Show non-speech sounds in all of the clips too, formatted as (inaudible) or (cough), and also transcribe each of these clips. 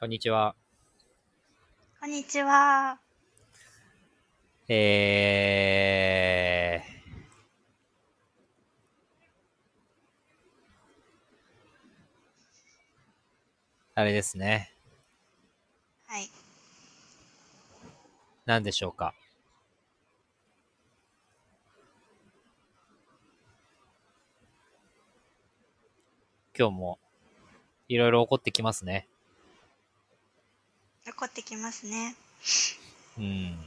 こんにちは。こんにちは。えー、あれですね。はい。何でしょうか。今日もいろいろ起こってきますね。残ってきますね。うん。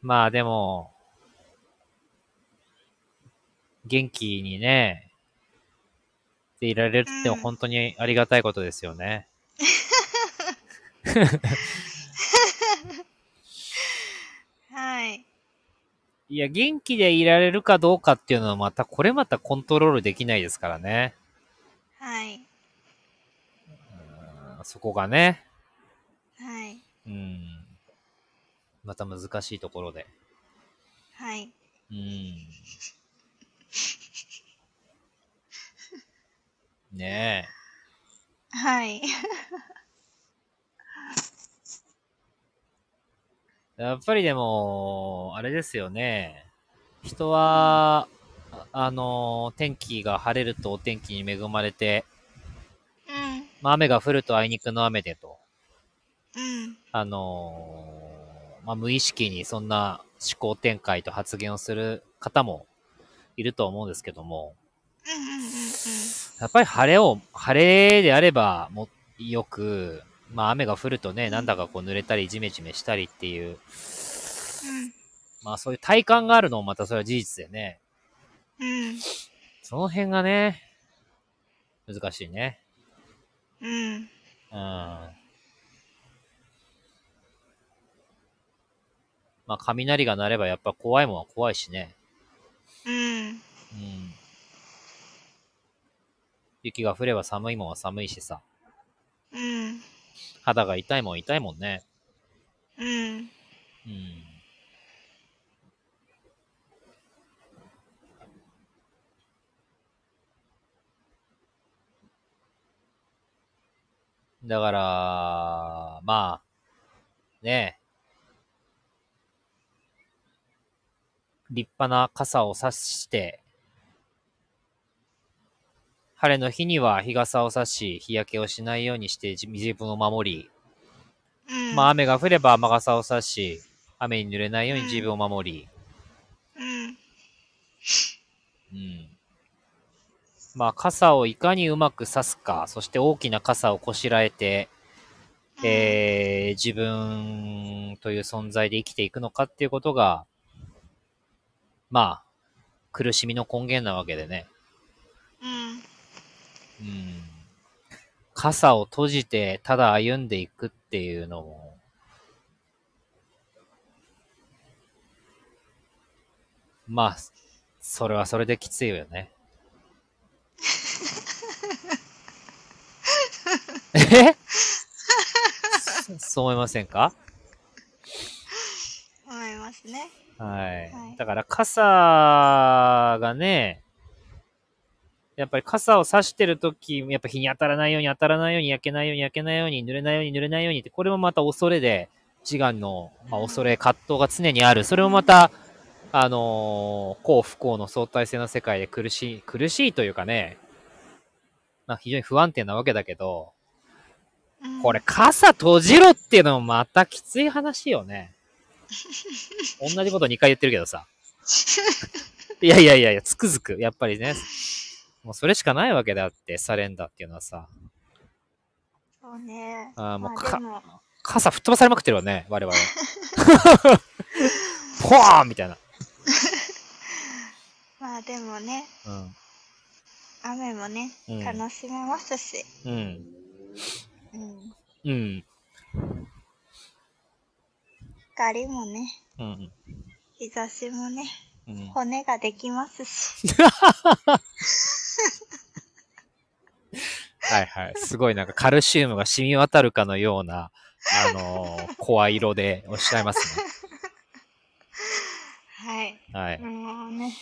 まあでも、元気にね、でいられるってうん本当にありがたいことですよね。はい。いや、元気でいられるかどうかっていうのはまた、これまたコントロールできないですからね。はい。うんそこがね。はい。うん。また難しいところで。はい。うん。ねえ。はい。やっぱりでも、あれですよね。人は、ああの、天気が晴れるとお天気に恵まれて、うん。まあ、雨が降るとあいにくの雨でと。うん。あのーまあ、無意識にそんな思考展開と発言をする方もいると思うんですけども、うんうんうんうん。やっぱり晴れを、晴れであればもよく、まあ雨が降るとね、なんだかこう濡れたりジメジメしたりっていう、まあそういう体感があるのもまたそれは事実でね、うん。その辺がね、難しいね。うん。うん。うん。まあ雷が鳴ればやっぱ怖いもんは怖いしね。うん。うん。雪が降れば寒いもんは寒いしさ、うん。肌が痛いもん痛いもんね。うん。うん。だから、まあ、ねえ。立派な傘を差して、晴れの日には日傘を差し、日焼けをしないようにして自自分を守り、うん。まあ雨が降れば雨傘を差し、雨に濡れないように自分を守り、うん。うん。まあ傘をいかにうまく差すか、そして大きな傘をこしらえて、えー、自分という存在で生きていくのかっていうことが、まあ、苦しみの根源なわけでね。うん。うん。傘を閉じて、ただ歩んでいくっていうのも、まあ、それはそれできついよね。え (laughs) そそう思いませんか思いますね。はい。はいだから傘がね、やっぱり傘を差してるとき、やっぱ日に当たらないように当たらないように焼けないように焼けないように濡れないように濡れないようにって、これもまた恐れで、自我の、まあ、恐れ、葛藤が常にある。それもまた、あのー幸不幸の相対性の世界で苦しい、苦しいというかね、まあ非常に不安定なわけだけど、うんこれ。傘閉じろっていうのもまたきつい話よね。同じこと2回言ってるけどさ。いやいやいやいや、つくづく、やっぱりね。もうそれしかないわけであって、サレンダーっていうのはさ。そうね。あーもうまかでも傘吹っ飛ばされまくってるわね、我々。 (laughs) ポワーンみたいな。まあでもね、うん。雨もね、うん楽しめますし。うん。うん。うん。光もね、うん。日差しもね、うん、骨ができますし。はいはい。すごいなんかカルシウムが染み渡るかのような、あのー、声色でおっしゃいますね。はい。はい。もうね。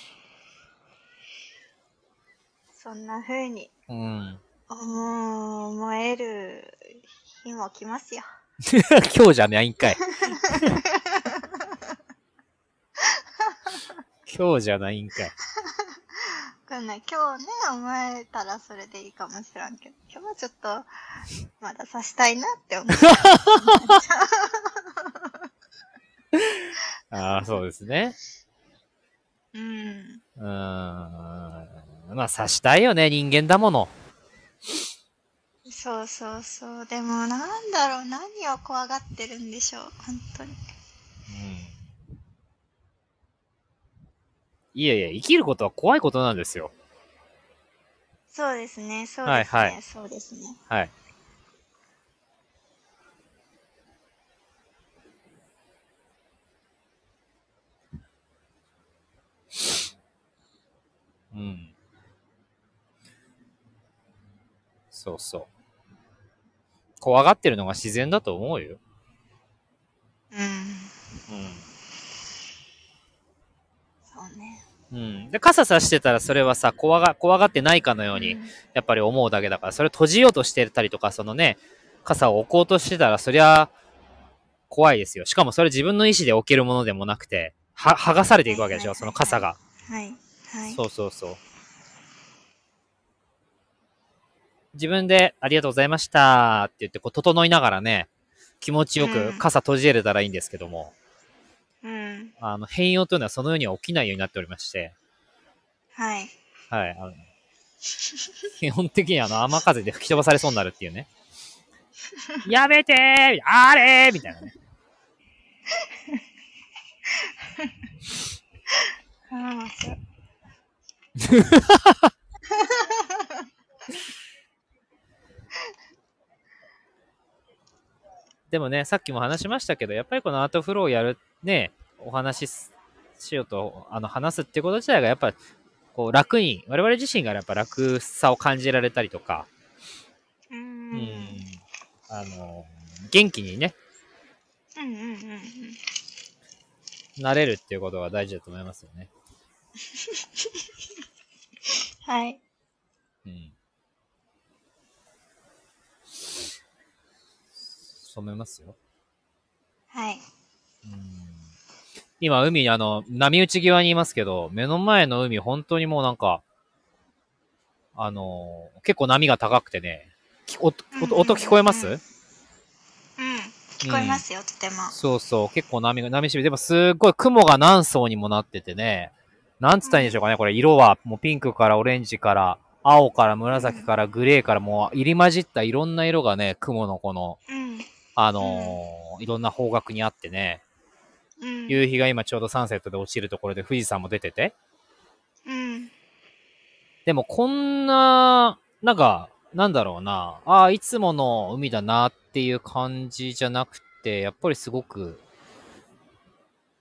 そんな風にうん。思う燃える日も来ますよ。 (laughs) 今日じゃないんかい。今日じゃないんかい。わかんない。今日ね、思えたらそれでいいかもしらんけど、今日はちょっと、まだ刺したいなって思う。ああ、そうですね。うん。うーん。まあ、刺したいよね。人間だもの。そうそうそう。でもなんだろう、何を怖がってるんでしょう、本当に。うんいやいや、生きることは怖いことなんですよ。そうですね、そうですね、はいはそうですね。はい。うん。そうそう。怖がってるのが自然だと思うよ。うん。うん。そうね。うん。で、傘さしてたらそれはさ、怖が、怖がってないかのように、うんやっぱり思うだけだから、それを閉じようとしてたりとか、そのね、傘を置こうとしてたら、そりゃ、怖いですよ。しかもそれ自分の意思で置けるものでもなくて、は、剥がされていくわけでしょ、その傘が。はい、はい。そうそうそう。自分で、ありがとうございましたって言って、こう、整いながらね、気持ちようくん傘閉じれたらいいんですけども、うん。あの、変容というのはそのようには起きないようになっておりまして、はい。はい。あの基本的にあの、雨風で吹き飛ばされそうになるっていうね。やめてーあれーみたいなね。ああ、面白いでもね、さっきも話しましたけど、やっぱりこのアートフローをやる、ね、お話しすしようと、あの、話すってこと自体がやっぱ、こう、楽に、我々自身がやっぱ楽さを感じられたりとか、う。うんうんん。あの、元気にね、うんうんうんうん。なれるっていうことが大事だと思いますよね。はい。うん。そう思いますよ。はい。今、海に、あの、波打ち際にいますけど、目の前の海、本当にもうなんか、あのー結構波が高くてね、き音音音聞こえます、うんうん。聞こえますよ、とても。そうそう、結構波が、波しびれ、でもすっごい雲が何層にもなっててね、なんつったらいいんでしょうかね、これ色はもうピンクからオレンジから、青から紫からグレーからもう入り混じったいろんな色がね、雲のこの、うん。あのーいろんな方角にあってね、うん。夕日が今ちょうどサンセットで落ちるところで富士山も出てて、うん。でもこんな、なんか、なんだろうな、ああ、いつもの海だなっていう感じじゃなくて、やっぱりすごく、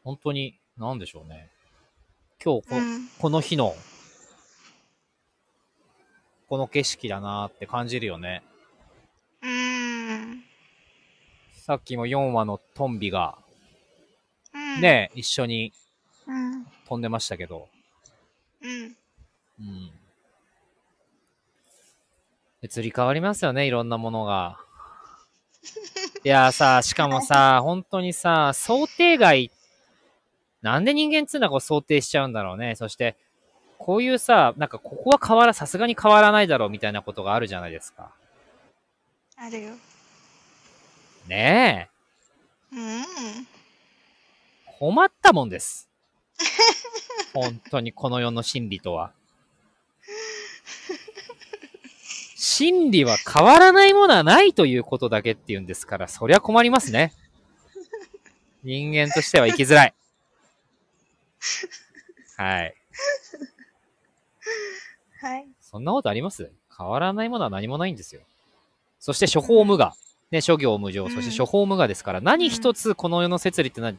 本当に、なんでしょうね。今日こ、うん。この日の、この景色だなって感じるよね。うん。さっきも4話のトンビがうん。ね、一緒にうん。飛んでましたけど、うん。うん。移り変わりますよね、いろんなものが。いやーさ、しかもさ、本当にさ、想定外、なんで人間っつうのはこう想定しちゃうんだろうね。そして、こういうさ、なんかここは変わら、さすがに変わらないだろうみたいなことがあるじゃないですか。あるよ。ねえ、うん。困ったもんです。本当にこの世の真理とは。真理は変わらないものはないということだけっていうんですから、そりゃ困りますね。人間としては生きづらい。はい。はい。そんなことあります変わらないものは何もないんですよ。そして処方無我。ね、諸行無常、うんそして処方無我ですから、何一つこの世の摂理って何、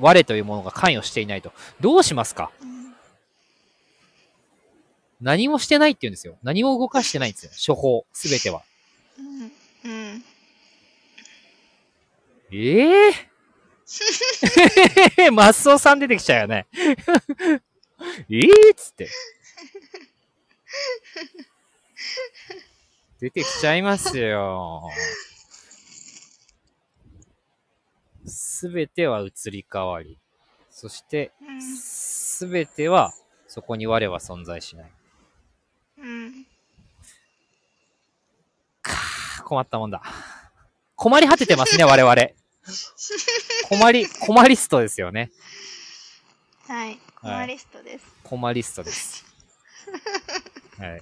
我というものが関与していないと。どうしますかうん何もしてないって言うんですよ。何も動かしてないんですよ。処方、すべては。うん。うん。 (laughs) ええ (laughs) マスオさん出てきちゃうよね。 (laughs) ええっつって。出てきちゃいますよ。すべては移り変わり。そして、うすべてはそこに我は存在しない。ん。うん。困ったもんだ。困り果ててますね、我々。困り、困リストですよね。はい。コマリストです。困リストです。はい。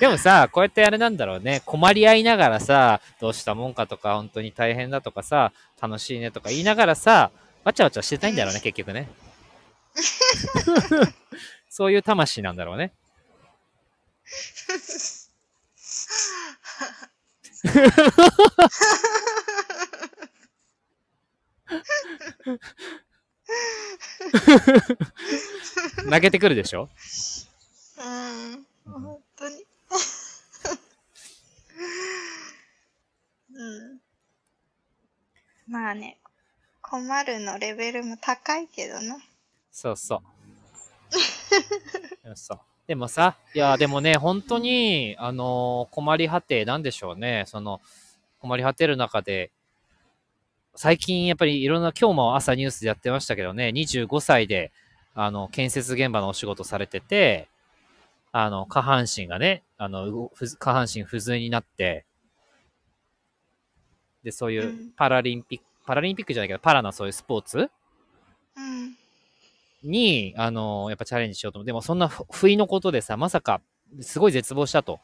でもさ、こうやってあれなんだろうね、困り合いながらさ、どうしたもんかとか、本当に大変だとかさ、楽しいねとか言いながらさ、わちゃわちゃしてたいんだろうね、結局ね。 (laughs) そういう魂なんだろう (laughs) ね。投げてくるでしょうん。本当に。 (laughs) うん。まあね、困るのレベルも高いけどな。そう (laughs) そう。そうそう。でもさ、いや、でもね、本当に、あのー困り果て、なんでしょうね、その、困り果てる中で、最近やっぱりいろんな、今日も朝ニュースでやってましたけどね、25歳で、あの、建設現場のお仕事されてて、あの、下半身がね、あの、うご不下半身不随になって、で、そういううんパラリンピック、パラリンピックじゃないけど、パラなそういうスポーツうん。に、あのやっぱチャレンジしようと思って、でもそんなふ不意のことでさ、まさか、すごい絶望したと。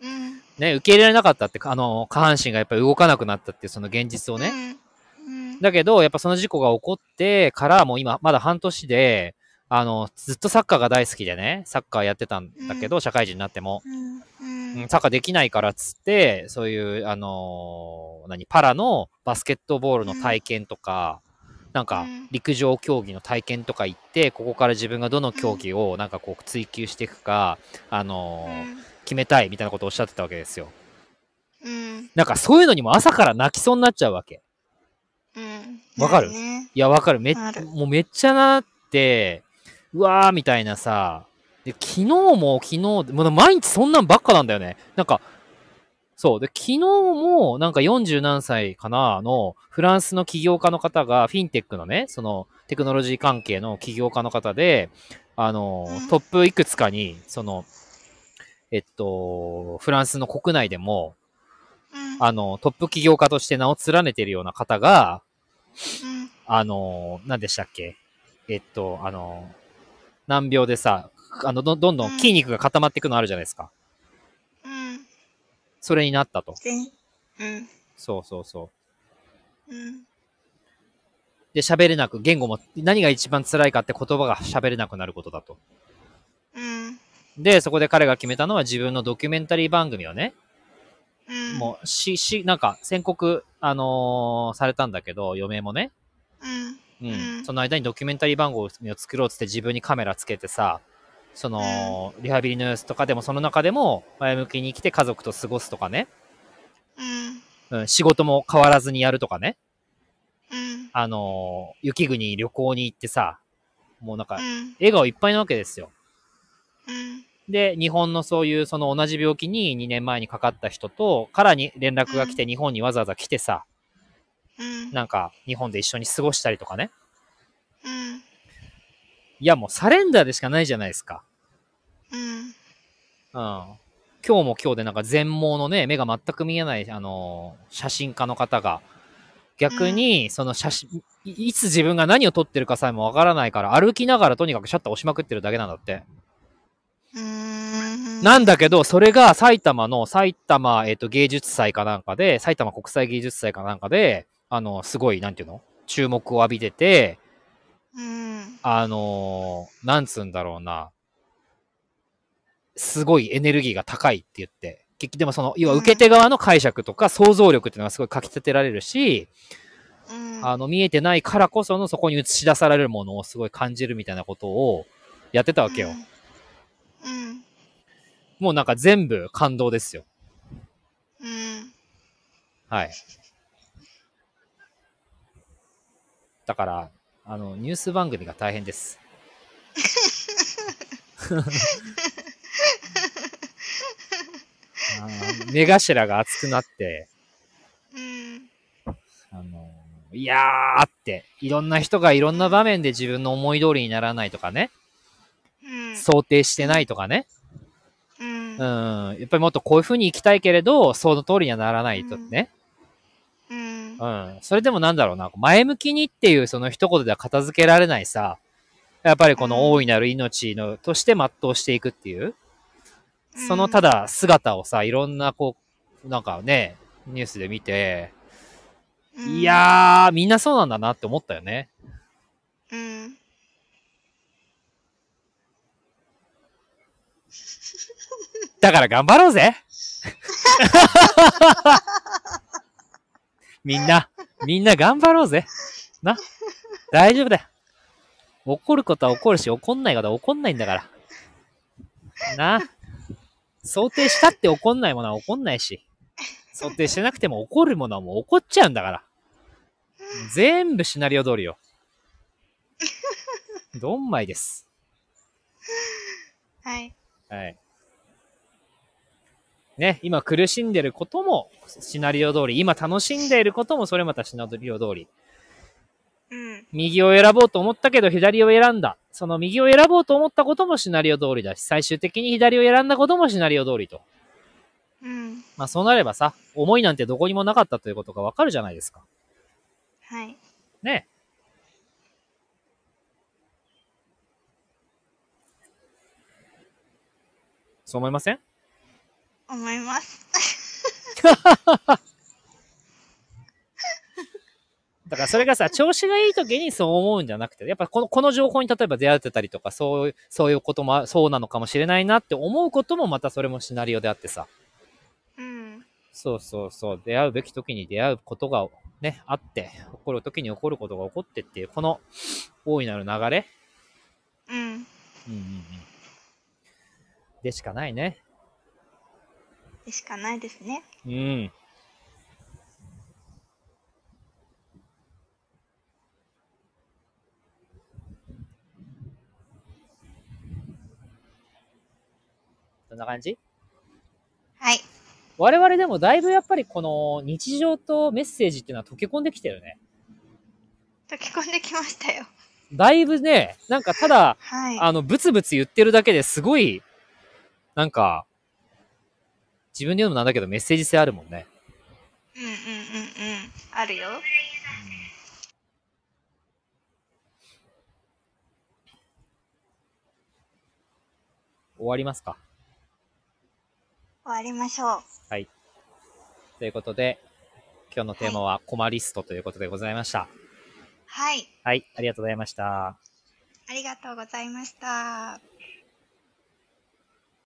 うん。ね、受け入れられなかったって、あの下半身がやっぱり動かなくなったっていう、その現実をね。うん。うん。だけど、やっぱその事故が起こってから、もう今、まだ半年で、あの、ずっとサッカーが大好きでね、サッカーやってたんだけど、社会人になっても。うん。うん。うんサッカーできないからっつって、そういう、あのー何、パラのバスケットボールの体験とか、なんうかん陸上競技の体験とか行って、ここから自分がどの競技をなんかこう追求していくか、あのー決めたいみたいなことをおっしゃってたわけですよ。うん。なんかそういうのにも朝から泣きそうになっちゃうわけ。うん。わかるまあねいや、わかる。めっなるもうめっちゃなって、うわーみたいなさ、で昨日も昨日、もう毎日そんなんばっかなんだよね。なんか、そう。で、昨日もなんか40何歳かなのフランスの起業家の方が、フィンテックのね、そのテクノロジー関係の起業家の方で、あのう、んトップいくつかに、その、えっと、フランスの国内でも、うん。あの、トップ起業家として名を連ねてるような方が、うん。あのー、何でしたっけえっと、あのー、難病でさ、あの、どどんどんうん筋肉が固まっていくのあるじゃないですか。うん。それになったと。でうん。そうそうそう。うん。で、喋れなく、言語も、何が一番辛いかって言葉が喋れなくなることだと。うん。で、そこで彼が決めたのは自分のドキュメンタリー番組をね、うん。もう、し、し、なんか、宣告、あのーされたんだけど、余命もね。うん。うん。うんその間にドキュメンタリー番号を作ろうっつって自分にカメラつけてさ、その、リハビリの様子とかでも、その中でも前向きに生きて家族と過ごすとかね、うん。うん、仕事も変わらずにやるとかね、うん。あのー雪国旅行に行ってさ、もうなんかう、ん。笑顔いっぱいなわけですよ。うん。で、日本のそういう、その同じ病気に2年前にかかった人と、からに連絡が来て、日本にわざわざ来てさ、うん。なんか、日本で一緒に過ごしたりとかね。うん。いや、もうサレンダーでしかないじゃないですか。うん。うん今日も今日でなんか全盲のね、目が全く見えない、あのー写真家の方が、逆に、その写真、いいつ自分が何を撮ってるかさえもわからないから、歩きながらとにかくシャッター押しまくってるだけなんだって。うん。なんだけど、それが埼玉の、埼玉、えっ、と、芸術祭かなんかで、埼玉国際芸術祭かなんかで、あの、すごい、なんていうの注目を浴びてて、うん。あのーなんつうんだろうな、すごいエネルギーが高いって言って、結局でもその、要は受け手側の解釈とか想像力っていうのがすごいかき立てられるし、うん。あの、見えてないからこそのそこに映し出されるものをすごい感じるみたいなことをやってたわけよ。うん。もうなんか全部感動ですよ。うん。うん。はい。だから、あの、ニュース番組が大変です。あー目頭が熱くなって、うん。あの、いやーって、いろんな人がいろんな場面で自分の思い通りにならないとかね、うん。想定してないとかね、うん。うん、やっぱりもっとこういう風に生きたいけれど、その通りにはならないとね、うん。うん。それでもなんだろうな、前向きにっていうその一言では片付けられないさ、やっぱりこの大いなる命の、として全うしていくっていう、そのただ姿をさ、いろんなこう、なんかね、ニュースで見て、うん、いやー、みんなそうなんだなって思ったよね。うん。だから頑張ろうぜみんな、みんな頑張ろうぜ。な。大丈夫だよ。怒ることは怒るし、怒んないことは怒んないんだから。な。想定したって怒んないものは怒んないし、想定してなくても怒るものはもう怒っちゃうんだから。全部シナリオ通りよ。どんまいです。はい。はい。ね、今苦しんでることもシナリオ通り、今楽しんでいることもそれまたシナリオ通り。うん。右を選ぼうと思ったけど左を選んだ。その右を選ぼうと思ったこともシナリオ通りだし、最終的に左を選んだこともシナリオ通りと。うん。まあそうなればさ、思いなんてどこにもなかったということがわかるじゃないですか。はい。ね。そう思いません思います。だからそれがさ、調子がいい時にそう思うんじゃなくて、やっぱこのこの情報に例えば出会ってたりとか、そういう、そういうこともあ、そうなのかもしれないなって思うこともまたそれもシナリオであってさ。うん。そうそうそう、出会うべき時に出会うことがね、あって、起こる時に起こることが起こってっていう、この大いなる流れ、うん。うんうんうん。でしかないね。でしかないですね。うん。そんな感じはい。我々でもだいぶやっぱりこの日常とメッセージっていうのは溶け込んできてるね。溶け込んできましたよ。だいぶね、なんかただ、はい。あの、ブツブツ言ってるだけですごい、なんか、自分で言うのもなんだけどメッセージ性あるもんね。うんうんうんうん。あるよ。終わりますか終わりましょう。ということで、今日のテーマはコマリストということでございました。はい。はい、ありがとうございました。ありがとうございました。